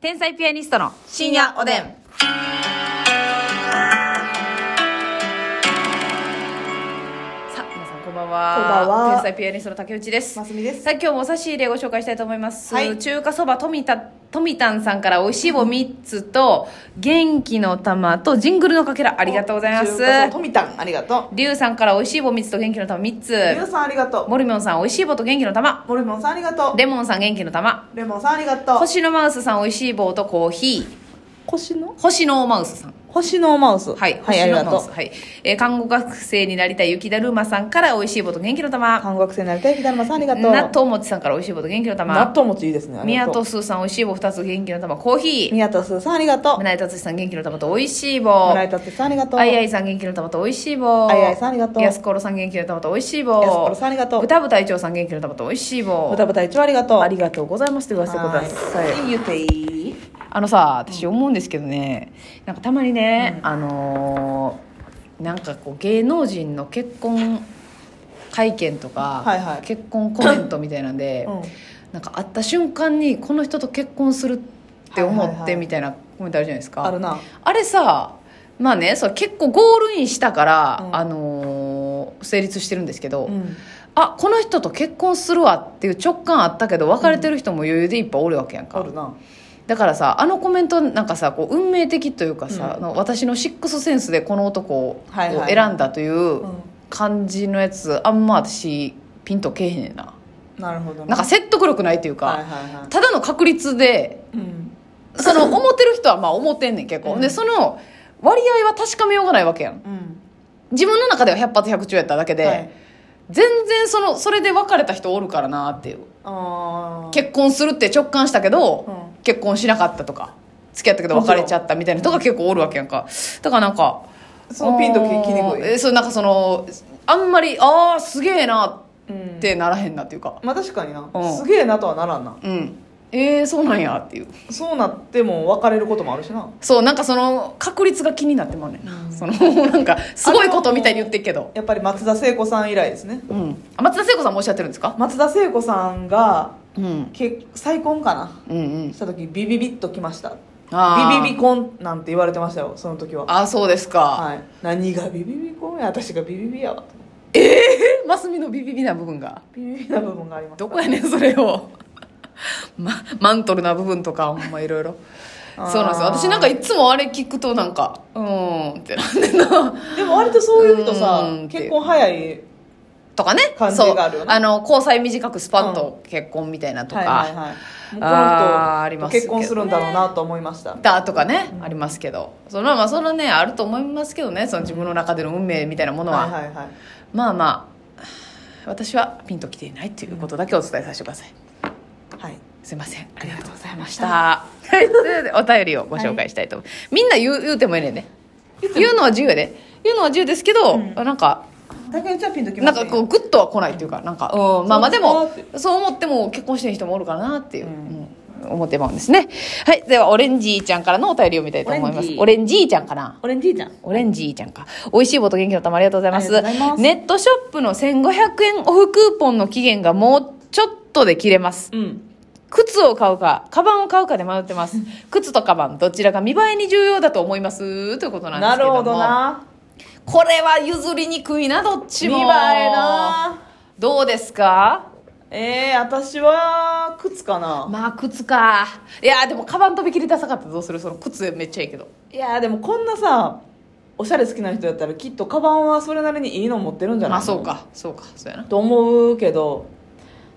天才ピアニストの深夜おでん。さあ皆さんこんばんはこんばんは天才ピアニストの竹内ですますみですさあ今日もお差し入れご紹介したいと思います、はい中華そば富田富丹さんから美味しい棒3つと元気の玉とジングルのかけらあありがとうございます富田ありがとリュウさんから美味しい棒3つと元気の玉3う。皆つさんありがとモルミョンさん美味しい棒と元気の玉う。モルモンさんありがとレモンさん元気の玉う。レモンさんありがとう。星野マウスさん美味しい棒とコーヒ星のー星野マウスさん星のマウス。はい、はい、あ星り野がマとウスう。はい、えー看護学生になりたい雪だるまさんから美味しい棒と元気の玉韓国生になりたい。ひだるまさんありがとう。納豆もちさんから美味しい棒と元気の納玉豆餅いいですね。あり宮がと戸う。すーさん美味しい棒2つ元気の玉コーヒー宮戸すーさんありがとう。村井達志さん元気の玉と美味しい棒村井達さんありがとう。あいあいさん元気の玉と美味しい棒あいあいさんありがとう安コロさん元気の玉と美味しい棒安コロさんありがとう豚部隊長さん元気の玉と美味しい棒豚豚一応ありがとう。ありがとうございますって言わせてくださいはい言っていいあのさ私思うんですけどね、なんかたまにね、あのーなんかこう芸能人の結婚会見とか、はいはい結婚コメントみたいなんで、うんなんか会った瞬間にこの人と結婚するって思はいっはいはていみたいなコメントあるじゃないですか、あるな。あれさまあねそう結構ゴールインしたから、うんあのー成立してるんですけど、うん。あこの人と結婚するわっていう直感あったけど別れてる人も余裕でいっぱいおるわけやんか、あるな。だからさあのコメントなんかさこう運命的というかさ、うの私のシックスセンスでこの男をはいはいはい選んだといううん感じのやつあんま私ピンとけえへんねんななるほどねなんか説得力ないというか、はいはいはただの確率でい。うん。そ の思ってる人はまあ思ってんねん結構、うんでその割合は確かめようがないわけやんうん。自分の中では100発100中やっただけで、はい全然そのそれで別れた人おるからなっていうあー結婚するって直感したけど、う結婚しなかったとか付き合ったけど別れちゃったみたいな人が結構おるわけやんかだからなんかそのピンとききにくいあーえそうなんかそのあんまりああすげえなうんってならへんなっていうかまあ確かにな、うんすげえなとはならんなうん、ええそうなんやっていうそうなっても別れることもあるしなそうなんかその確率が気になってまうねんな、その なんかすごいことみたいに言ってるけどやっぱり松田聖子さん以来ですねうんあ松田聖子さんもおっしゃってるんですか、松田聖子さんがうん、うん結再婚かなうんした時ビビビッときましたあービビビ婚なんて言われてましたよその時はああそうですか、はい何がビビビ婚や私がビビビやわえマスミのビビビな部分がビビビな部分がありますどこやねんそれを、 ま、マントルな部分とかほんまいろいろあーそうなんですよ私なんかいつもあれ聞くとなんかうーんってなんでなでも割とそういう人さうん結婚早いとかね感じそうがあるよなあの交際短くスパッと結婚みたいなとはいはいか、はいもうあーありこの人ますとけどね結婚するんだろうなと思いましただとかね、ありますけどそのまあまあそのねあると思いますけどねその自分の中での運命みたいなものは、はいはいはいまあまあ私はピンときていないということだけお伝えさせてください、はいすいませんありがとうございましあたはいということ でお便りをご紹介したいと思う、みんな言う言うてもええねんね言うのは自由やで言うのは自由ですけど、うんなんか竹内はピンときまなせんんかこうグッとは来ないっていうかなんか、うん、まあまあでそうもですそう思っても結婚してる人もおるからなっていう、うんうん思ってまうんですねはいではオレンジーちゃんからのお便りを見たいと思いますオオレンジーちゃんかなオレンジーじゃんオレンジーちゃんか美味しい棒と元気の玉ありがとうございますありがとうございますネットショップの1500円オフクーポンの期限がもうちょっとで切れますうん靴を買うか、カバンを買うかで迷って ます。靴とカバン、どちらが見栄えに重要だと思いますということなんですなけるども。ほどなこれは譲りにくいな、どっち見栄も。えなどうですかえー、私は靴かなまあ、靴か。いや、でも、カバン飛び切りダサかったらどうするその靴めっちゃいいけど。いやーでもこんなさおしゃれ好きな人やったらきっとカバンはそれなりにいいの持ってるんじゃないまあ、そうか。そうか。そうやな。と思うけど、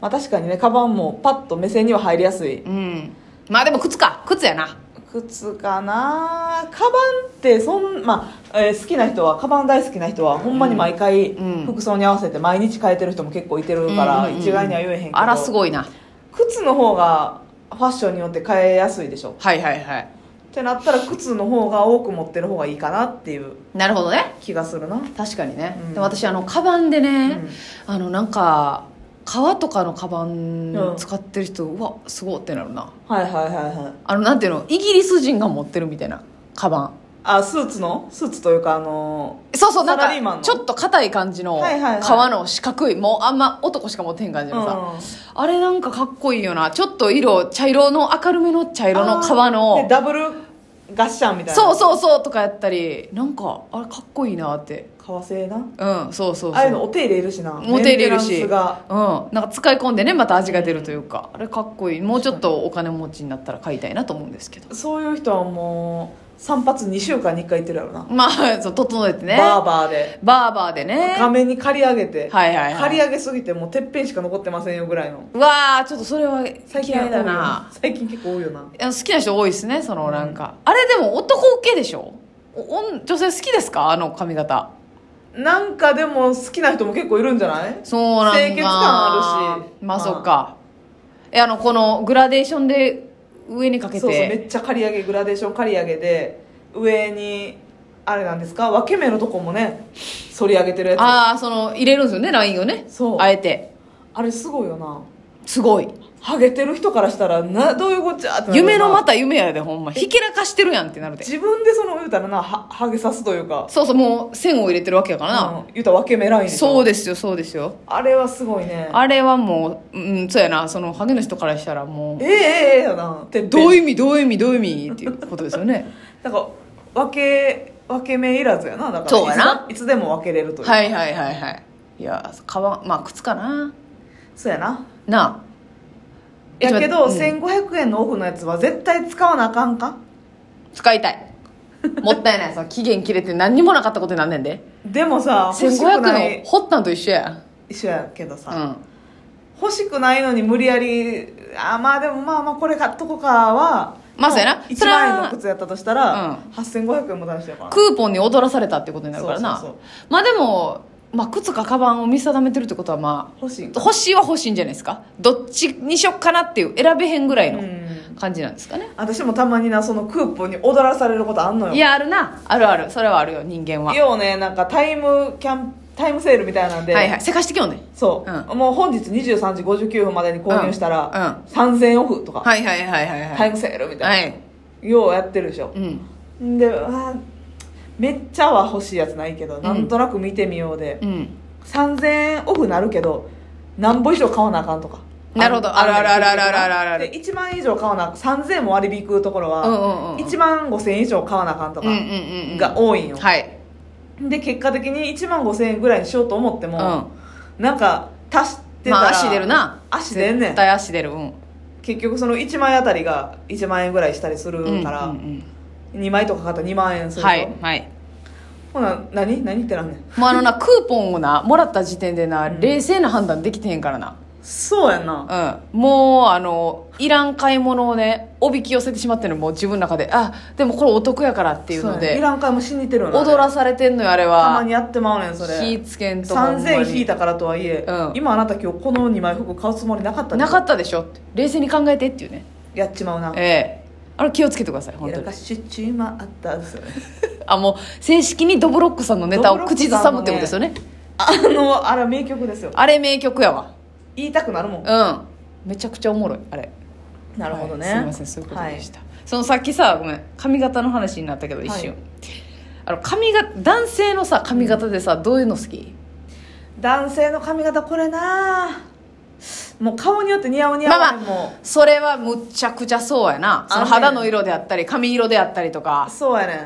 まあ、確かにねカバンもパッと目線には入りやすいうん。まあ、でも、靴か。靴やな。靴かなカバンってそんまあ、えー好きな人はカバン大好きな人はほんまに毎回うん服装に合わせて毎日変えてる人も結構いてるから、うんうんうん一概には言えへんけどあら、すごいな。靴の方がファッションによって変えやすいでしょはいはいはい。ってなったら靴の方が多く持ってる方がいいかなっていうなるほどね。気がするな確かにね、うんでも私あのカバンでね、うんあのなんか革とかのカバうンん使ってる人、うわすごいってなるなはいはいはいはいあのなんていうのイギリス人が持ってるみたいなカバンああスーツのスーツというかあのそうそうなんサラリーマンかのちょっと硬い感じのはいはいはい革の四角いもうあんま男しか持ってへん感じのさ、あれなんかかっこいいよなちょっと色茶色の明るめの茶色の革あーでのダブルガッシャンみたいなそううそうそうとかやったりなんかあれかっこいいなって革製なうんそうそうそうああいうのお手入れいるしなモテれるし、メンテナンうん、スがなんか使い込んでねまた味が出るというか、あれかっこいいもうちょっとお金持ちになったら買いたいなと思うんですけどそういう人はもう散髪2週間に1回行ってるやろな、まあ そう整えてねババーバーでーバーでね画面に刈り上げて、はいはい刈はりい上げすぎてもうてっぺんしか残ってませんよぐらいのうわーちょっとそれは最近嫌いだな最近結構多いよないや好きな人多いですねそのなんか、あれでも男受けでしょおおん女性好きですかあの髪型なんかでも好きな人も結構いるんじゃないそうなんか清潔感あるしまあそっかえあのこのグラデーションで上にかけてそうそうめっちゃ刈り上げグラデーション刈り上げで上にあれなんですか分け目のとこもね反り上げてるやつあああその入れるんですよねラインをねそうあえてれすごいよなすごいハゲてる人からしたらなどういうこっちゃってなるよな夢のまた夢やでほんまひけらかしてるやんってなるで自分でその言うたらなはハゲさすというか、そうそうもう線を入れてるわけやからな、うん言うたら分け目ラインでしょそうですよそうですよあれはすごいねあれはもううんそうやなそのハゲの人からしたらもうええええやなってどういうう意味どういう意味どういう意味っていうことですよ ねなんか分け分け目いらずやなだからそうやないついつでも分けれるという、はいはいはいはいいやかわまあ靴かなそうやななあえやけど、ちょっと待ってうん1500円のオフのやつは絶対使わなあかんか使いた いもったいないさ期限切れて何にもなかったことになんねんででもさ欲しくな1500のいホッタンと一緒や一緒やけどさ、うん欲しくないのに無理やりあーまあでもまあまあこれ買っとこうかはまあそうやな1それは万円の靴やったとしたら、う8500円も出してるからクーポンに踊らされたってことになるからなそうそうまあでも、まあ、靴かカバンを見定めてるってことはまあ欲しい欲しいは欲しいんじゃないですかどっちにしよっかなっていう選べへんぐらいうのん感じなんですかね、私もたまになそのクーポンに踊らされることあんのよいやあるなあるあるそれはあるよ人間は要はねなんかタイムキャンタイムセールみたいなんで、はいはいせかしてきよんねそう、もう本日23時59分までに購入したら、3000円オフとか、はいはいはいはいタはイいムセールみたいな、はいようやってるでしょうんでわあめっちゃは欲しいやつないけど、んなんとなく見てみようでうん3000円オフなるけど何本以上買わなあかんとかなるほどあるあるあるあるあるあるあるあるで1万円以上買わなあかん3000円も割引くところうんうは、んうん1万5000円以上買わなあかんとかうんうんうんが多いんよ、はいで結果的に1万5000円ぐらいにしようと思っても、なんか足してたら、まあ足出るな足出んねん絶対足出るうん結局その1枚あたりが1万円ぐらいしたりするから、うんうん2枚とか買ったら2万円すうんるでしょはいはいほな何何ってなんねんもうあのなクーポンをなもらった時点でなうん冷静な判断できてへんからなそうやんなうん、もうあのいらん買い物をねおびき寄せてしまってるのもう自分の中であでもこれお得やからっていうのそうやんいでらんかいも死にてるよな踊らされてんのよあれたまはにやってまうねんそれ火つけんとほんまに3000引いたからとはいえ、うん今あなた今日この2枚服買うつもりなかったでしょなかったでしょって冷静に考えてっていうねやっちまうなええあれ気をつけてください本や当らにかしちまったですよね あもう正式にドブロックさんのネタを口ずさむってことですよねあのあれ名曲ですよあれ名曲やわ言いたくなるもうんんめちゃくちゃおもろいあれなるほどね、はいすいませんそういうことでした、そのさっきさごめん髪型の話になったけど一瞬、はいあの髪が男性のさ髪型でさ、どういうの好き男性の髪型これなあもう顔によって似合う似合まあわまなあいもそれはむっちゃくちゃそうやなそあのね肌の色であったり髪色であったりとうかそうやねん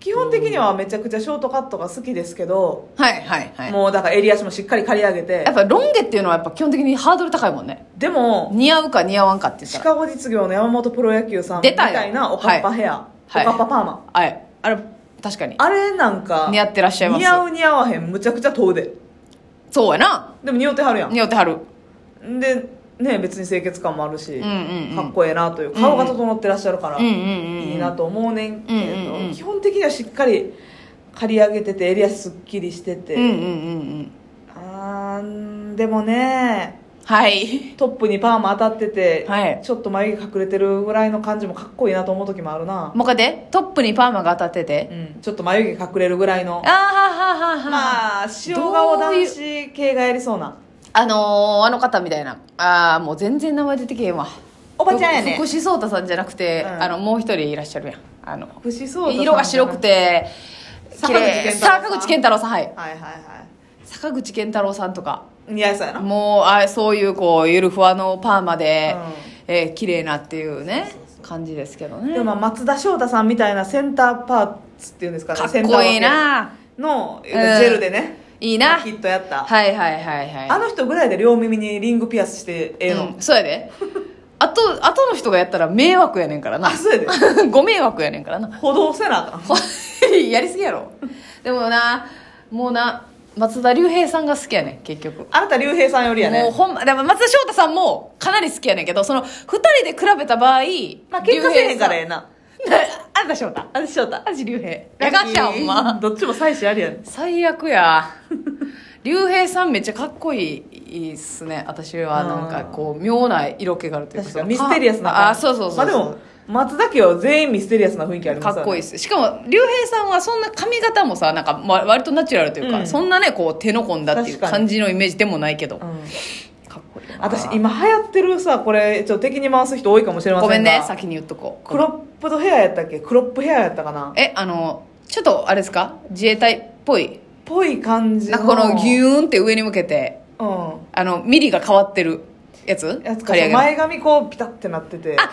基本的にはめちゃくちゃショートカットが好きですけど、はいはいはいもうだから襟足もしっかり刈り上げてやっぱロン毛っていうのはやっぱ基本的にハードル高いもんねでも似合うか似合わんかって言ったシらカゴ実業の山本プロ野球さんみ出たよたいなおかっぱヘア、はいおかっぱパーマ、はいあれ確かにあれなんか似合ってらっしゃいます似合う似合わへんむちゃくちゃ遠腕そうやなでも似合ってはるや似合ってはるんでね別に清潔感もあるし、うんうんうんかっこええなという顔が整ってらっしゃるから、うんうんうんうんいいなと思うねんけど、うんうんうん基本的にはしっかり刈り上げてて襟足すっきりしてて、うんうんうんうんあーでもねはいトップにパーマ当たってて、はいちょっと眉毛隠れてるぐらいの感じもかっこいいなと思う時もあるな、もう一回でトップにパーマが当たっててうん、ちょっと眉毛隠れるぐらいのあーははははまあ塩顔男子系がやりそうなあのー、あの方みたいなああもう全然名前出てけえへんわおばちゃんやね福士蒼太さんじゃなくて、うんあのもう一人いらっしゃるやんあの福士蒼汰さんじゃなくて色が白くて綺麗坂坂口口健健太郎さんはいはいはいは坂口健太郎さんとかい似合いそうやなもうあそういうこうゆるふわのパーマで、うえー綺麗なっていうね感じですけどねでもまあ松田翔太さんみたいなセンターパーツっていうんですかねかっセンターこ分けいいなのジんェルでね、いいなきっとやった、はいはいはいはいあの人ぐらいで両耳にリングピアスしてええの、うん、そうやであとあとの人がやったら迷惑やねんからなあそうやで ご迷惑やねんからな歩道せなあかん やりすぎやろでもなもうな松田龍平さんが好きやねん結局あなた竜兵さんよりやもうねほんまでも松田翔太さんもかなり好きやねんけどその2人で比べた場合まあ喧嘩せえへんからええななあんた 翔太あれ翔太あんた龍平やがっちゃんほんまどっちも妻子ありやね最悪 や龍平さんめっちゃかっこいいいいっすね私はなんかこう妙な色気があるという確かそのにミステリアスなああそうそうそうまあでも松田家は全員ミステリアスな雰囲気ありまかすよねっこいいですしかも竜兵さんはそんな髪型もさなんかわ割とナチュラルというか、うんそんなねこう手の込んだっていう確か感にじのイメージでもないけど、うんかっこいいよな私今流行ってるさこれちょっと敵に回す人多いかもしれませごんがめんね先に言っとこうクロップドヘアやったっけクロップヘアやったかなえあのちょっとあれですか自衛隊っぽいぽい感じなのんかこのギューンって上に向けてうんあのミリが変わってるやつやつか刈り上げの前髪こうピタってなっててああ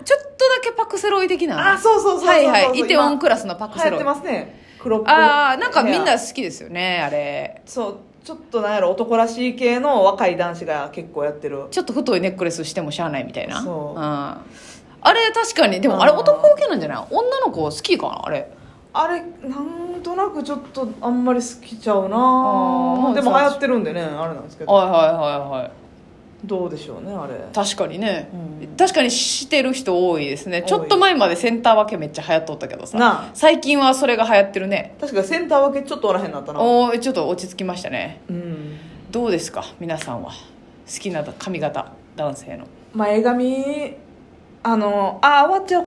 ーちょっとだけパクセロイ的なあそうそうそうそうそうはいはいイテウォン今クラスのパクセロ流行イってますねクロップああなんかみんヘなア好きですよねあれそうちょっとなんやろ男らしい系の若い男子が結構やってるちょっと太いネックレスしてもしゃあないみたいな、そうんあれ確かにでもあれあー男受けなんじゃない女の子好きかなあれあれなんとなくちょっとあんまり好きちゃうあなーでもそう流行ってるんでねあれなんですけどはいはいはいはいどうでしょうねあれ確かにね、うん確かにしてる人多いですね多いちょっと前までセンター分けめっちゃ流行っとったけどなさあ最近はそれが流行ってるね確かセンター分けちょっとおらへんなったなおーちょっと落ち着きましたねうんどうですか皆さんは好きな髪型男性の前髪あのあ終わっちゃう